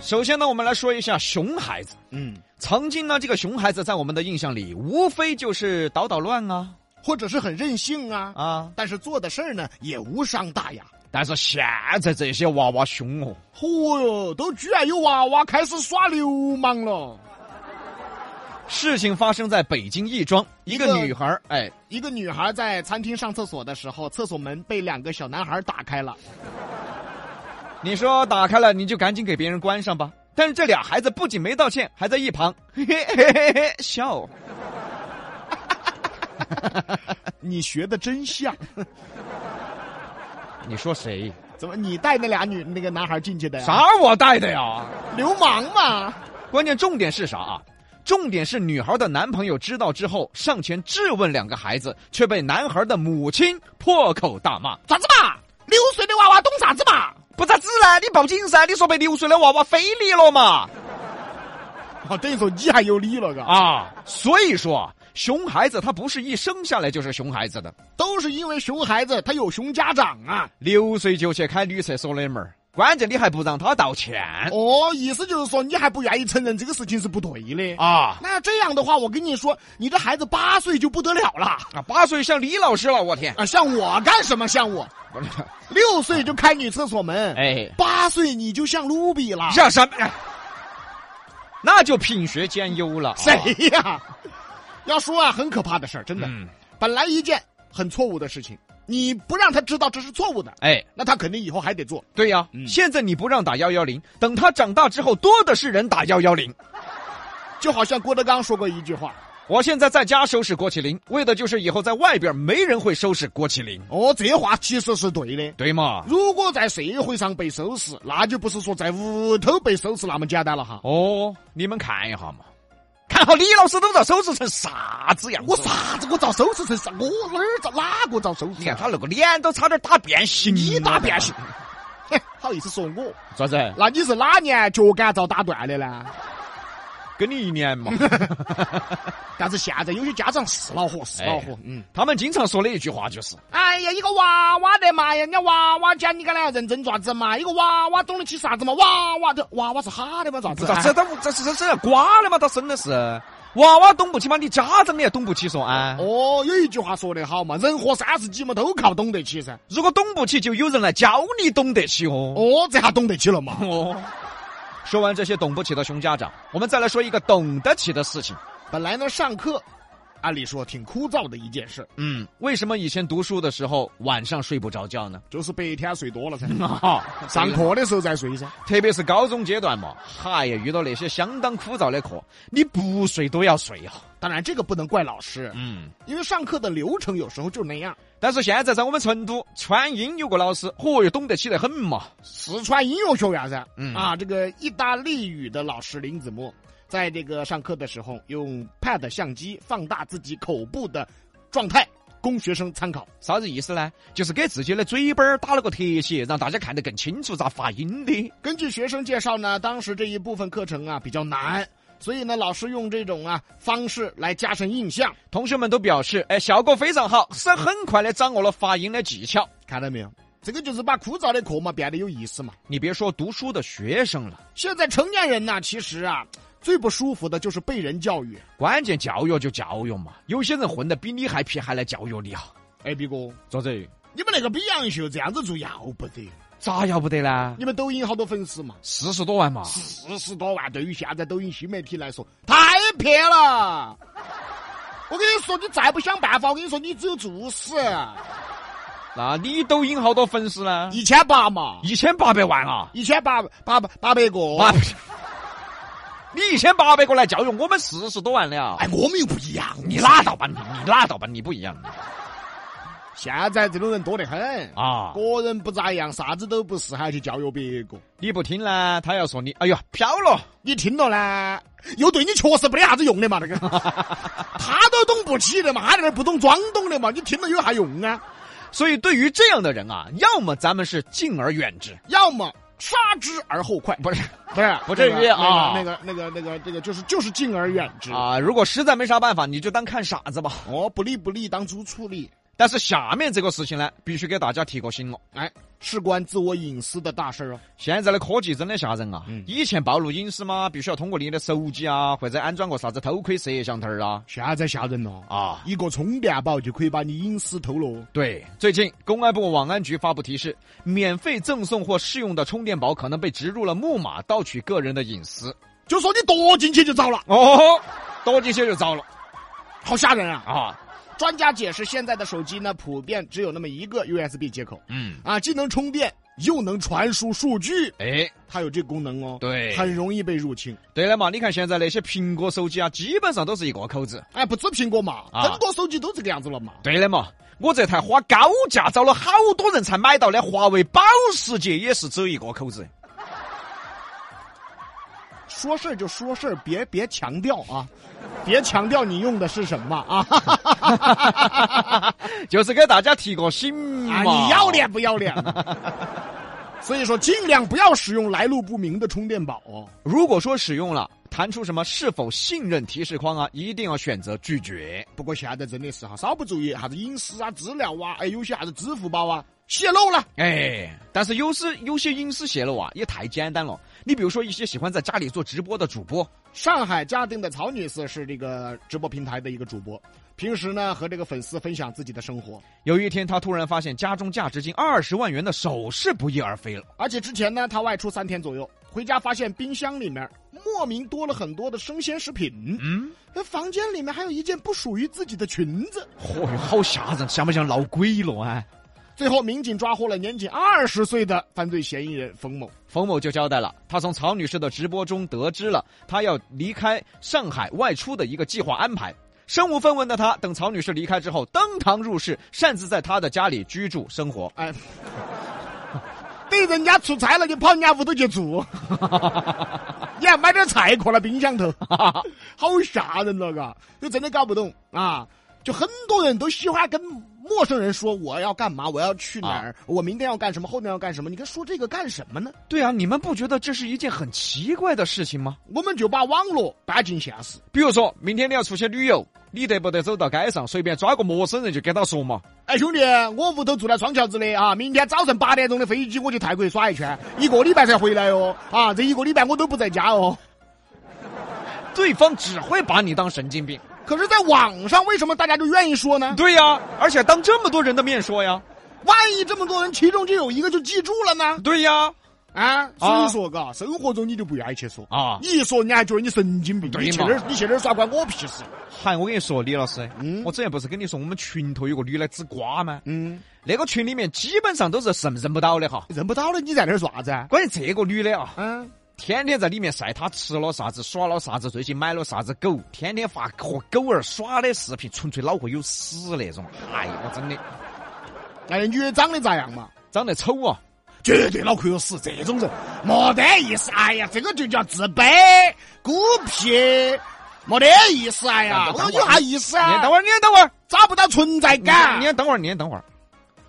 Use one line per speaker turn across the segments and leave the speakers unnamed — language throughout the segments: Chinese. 首先呢，我们来说一下熊孩子。
嗯，
曾经呢，这个熊孩子在我们的印象里，无非就是捣捣乱啊
或者是很任性啊，
啊。
但是做的事儿呢也无伤大雅。
但是现在这些娃娃凶哦，
嚯哟，都居然有娃娃开始耍流氓了！
事情发生在北京亦庄，一
一
个
个
女孩儿，哎，
一个女孩在餐厅上厕所的时候，厕所门被两个小男孩打开了。
你说打开了你就赶紧给别人关上吧。但是这俩孩子不仅没道歉，还在一旁嘿嘿嘿嘿嘿笑。
你学的真像，
你说谁？
怎么你带那俩女那个男孩进去的呀？？
啥我带的呀？
流氓嘛！
关键重点是啥啊？重点是女孩的男朋友知道之后上前质问两个孩子，却被男孩的母亲破口大骂。
咋子嘛？六岁的娃娃懂啥子嘛？
不咋子啦，你报警噻！你说被六岁的娃娃非礼了嘛？
哦，等于说你还有理了嘎？
啊，所以说啊，熊孩子他不是一生下来就是熊孩子的，
都是因为熊孩子他有熊家长啊！
六岁就去开女厕所的门儿，关键你还不让他道歉
哦，意思就是说你还不愿意承认这个事情是不对的。
啊！
那这样的话，我跟你说，你这孩子八岁就不得了了
啊，八岁像李老师了，我 天！
啊！像我干什么？像我六岁就开女厕所门，
哎，
八岁你就像卢比了。
让什么？ 那就品学兼优了啊。
谁呀、 要说啊，很可怕的事儿，真的。
嗯，
本来一件很错误的事情，你不让他知道这是错误的，
哎，
那他肯定以后还得做。
对呀、
嗯
现在你不让打幺幺零，等他长大之后，多的是人打幺幺零。
就好像郭德纲说过一句话：“
我现在在家收拾郭麒麟，为的就是以后在外边没人会收拾郭麒麟，
哦，这话其实是对的。
对嘛？
如果在社会上被收拾，那就不是说在屋头被收拾那么简单了哈。
哦，你们看一下嘛，看好李老师都遭收拾成啥子样子
我？啥子？我遭收拾成啥？我哪儿遭哪个遭收
你
拾
看
啊？
他那个脸都差点打变形，
你打变形，嘿好意思说我？
啥嗯子？
那你是哪年脚杆遭打断的呢？
跟你一年嘛。
但是现在有些家长是恼火，是恼火
哎。
嗯，
他们经常说的一句话就是
哎呀，一个娃娃的嘛，人家娃娃讲你干来认真爪子嘛？一个娃娃懂得起啥子嘛？娃娃的娃娃是哈的嘛？爪：“子？
这这这这这这瓜了嘛？他生的是娃娃懂不起嘛？你家长你也懂不起说啊？
哦，有一句话说得好嘛，人活三十几嘛，都靠懂得起噻。
如果懂不起，就有人来教你懂得起哦。”
哦，这下懂得起了嘛？
哦，说完这些懂不起的熊家长，我们再来说一个懂得起的事情。
本来呢，上课，按理说挺枯燥的一件事，
嗯，为什么以前读书的时候晚上睡不着觉 呢？
就是白天睡多了 噻，
啊，
上，课的时候再睡噻。
特别是高中阶段嘛，嗨呀，遇到那些相当枯燥的课，你不睡都要啊睡呀、
当然，这个不能怪老师，
嗯，
因为上课的流程有时候就那样。
但是现在在我们成都川音有个老师，嚯哟，懂得起得很嘛。
四川音乐学院噻，
嗯
啊，这个意大利语的老师林子墨，在这个上课的时候，用 Pad 相机放大自己口部的状态，供学生参考。
啥子意思呢？就是给自己的嘴巴儿打了个特写，让大家看得更清楚咋发音的。
根据学生介绍呢，当时这一部分课程啊比较难，所以呢，老师用这种啊方式来加深印象。
同学们都表示，哎，效果非常好，是很快的掌握了发音的技巧。
看到没有？这个就是把枯燥的课嘛变得有意思嘛。
你别说读书的学生了，
现在成年人呐、其实啊，最不舒服的就是被人教育。
关键教育就教育嘛。有些人混得比你还撇，还来教育你啊？
哎，毕哥，
咋子？
你们那个比洋秀这样子做要不得，
咋要不得呢？
你们抖音好多粉丝嘛，
四十多万嘛，
四十多万，对于现在抖音新媒体来说太撇了。我跟你说，你再不想办法，我跟你说，你只有猝死。
那你抖音好多粉丝呢？
一千八嘛，
一哦千八百万啊！
一千八八八八百个。
哇，你一千八百个来教育我们四十多万的啊！
哎，我们又不一样，
你拉倒吧，你你拉倒吧，你不一样
现在这种人多得很啊，
啊！
个人不咋样，啥子都不是，还要去教育别个。
你不听呢，他要说你，哎呦飘了。
你听了呢，又对你确实没得啥子用的 嘛，这个，他都懂不起的嘛，他在那儿不懂装懂的嘛，你听了有啥用啊？
所以对于这样的人啊，要么咱们是敬而远之，
要么杀之而后快，
不是
不是
不至于啊
那个那个那个那个这个就是就是敬而远之
啊、如果实在没啥办法，你就当看傻子吧。
哦，不利不利当猪处理。
但是下面这个事情呢，必须给大家提个醒了。
哎，事关自我隐私的大事儿哦。
现在的科技真的吓人啊！
嗯
以前暴露隐私嘛，必须要通过你的手机啊，或者安装个啥子偷窥摄像头儿啊
现在吓人了，
啊。
一个充电宝就可以把你隐私哦偷了。
对，最近公安部网安局发布提示，免费赠送或试用的充电宝可能被植入了木马，盗取个人的隐私。
就说你躲进去就糟了，
哦，躲进去就糟了
好吓人啊！
啊！
专家解释，现在的手机呢，普遍只有那么一个 USB 接口
嗯，
啊，既能充电又能传输数据，
哎，
它有这功能哦。
对
很容易被入侵。
对了嘛，你看现在那些苹果手机啊，基本上都是一个口子。
哎，不止苹果嘛，
啊
很多手机都这个样子了嘛。
对的嘛，我这台花高价找了好多人才买到的华为保时捷也是只有一个口子。
说事儿就说事儿，别别强调啊，别强调你用的是什么啊！哈哈
就是给大家提个醒嘛、
啊你要脸不要脸？啊 所以说，尽量不要使用来路不明的充电宝哦。
如果说使用了，弹出什么是否信任提示框啊，一定要选择拒绝。
不过现在真的是哈，稍不注意，啥子隐私啊、资料啊，哎，有些啥子支付宝啊泄露了，
哎，但是有时有些隐私泄露啊，也太简单了。你比如说一些喜欢在家里做直播的主播，
上海嘉定的曹女士是这个直播平台的一个主播，平时呢和这个粉丝分享自己的生活，
有一天她突然发现家中价值近二十万元的首饰不翼而飞了。
而且之前呢她外出三天左右，回家发现冰箱里面莫名多了很多的生鲜食品，
嗯，
那房间里面还有一件不属于自己的裙子。
嚯哟，好吓人，像不像闹鬼了啊？
最后，民警抓获了年仅二十岁的犯罪嫌疑人冯某。
冯某就交代了，他从曹女士的直播中得知了她要离开上海外出的一个计划安排。身无分文的他，等曹女士离开之后，登堂入室，擅自在她的家里居住生活。
哎， 等人家出差了，就跑人家屋头去住，你还买点菜搁了冰箱头， 好吓人了，嘎！就真的搞不懂啊！就很多人都喜欢跟陌生人说我要干嘛，我要去哪儿，我明天要干什么，后天要干什么。你跟说这个干什么呢？
对啊，你们不觉得这是一件很奇怪的事情吗？
我们就把网络搬进现实。
比如说明天你要出去旅游，你得不得走到街上随便抓个陌生人就跟他说嘛？
哎，兄弟，我屋头住在双桥子的啊，明天早上八点钟的飞机我去泰国耍一圈，一个礼拜才回来哦。啊，这一个礼拜我都不在家哦。
对方只会把你当神经病。
可是，在网上为什么大家就愿意说呢？
对呀、而且当这么多人的面说呀。
万一这么多人，其中就有一个就记住了呢？
对呀、
啊，所以说，嘎，生活中你就不愿意去说，
啊，
你一说人家还觉得你神经病，
对
你去
嘛
那儿你去那儿耍关我屁事。
嗨，我跟你说，李老师，
嗯
我之前不是跟你说我们群头有个女的紫瓜吗？
嗯，
那个群里面基本上都是什么认不到的哈。
认不到了，你在那儿耍啥子啊？
关键这个女的啊，
嗯，
天天在里面晒她吃了啥子、耍了啥子，最近买了啥子狗，天天发和狗儿耍的视频，纯粹脑壳有屎那种。哎呀，我真的
那女的长得咋样嘛？
长得丑啊！
绝对脑壳有屎，这种人没得意思。哎呀，这个就叫自卑、孤僻，没得意思。哎呀，
等会儿
我有啥意思
你
啊
等？会儿，你等会儿，
找不到存在感
你，等会儿，你等会儿。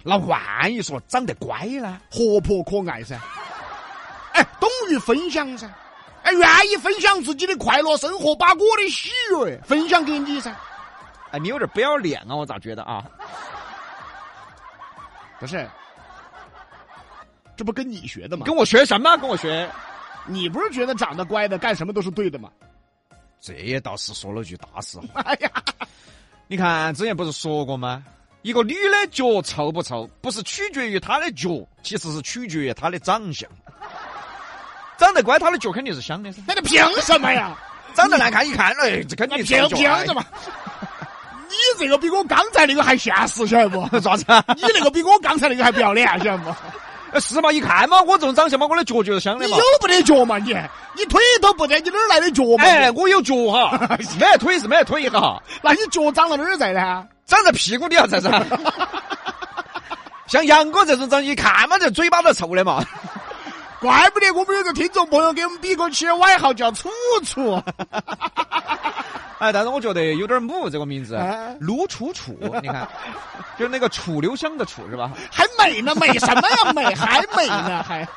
那万一说长得乖呢？
活泼可爱噻。哎，懂于分享噻。哎，愿意分享自己的快乐生活，把我的喜悦分享给你噻。
哎，你有点不要脸啊！我咋觉得啊？
不是，这不跟你学的吗？
跟我学什么？跟我学？
你不是觉得长得乖的干什么都是对的吗？
这也倒是说了句大实话。
哎呀，
你看之前不是说过吗？一个女的脚臭不臭，不是取决于她的脚，其实是取决于她的长相。长得乖，她的脚肯定是香的噻；
那你凭什么呀？
长得难看，一看，哎，这肯
那
定
凭
是
凭什？ 么？你这个比我刚才那个还现实，晓 得不？
哎啥子？
你那个比我刚才那个还不要脸，晓得不？
是嘛？一看嘛，我这种长相嘛，我的脚就是香的
你
嘛
有。不得脚嘛你？你腿都不得，你哪儿来的脚嘛？
哎，，我有脚哈， 没腿是没腿哈，
那你脚长到哪儿在呢？
长在屁股底下才是。 像杨哥这种长，一看嘛，这嘴巴都臭的嘛。
怪不得我们有个听众朋友给我们比过起的外号叫楚楚，
哎，但是我觉得有点母这个名字
哎，
卢楚楚，你看，就是那个楚留香的楚是吧？
还美呢，美什么呀？美还美呢，还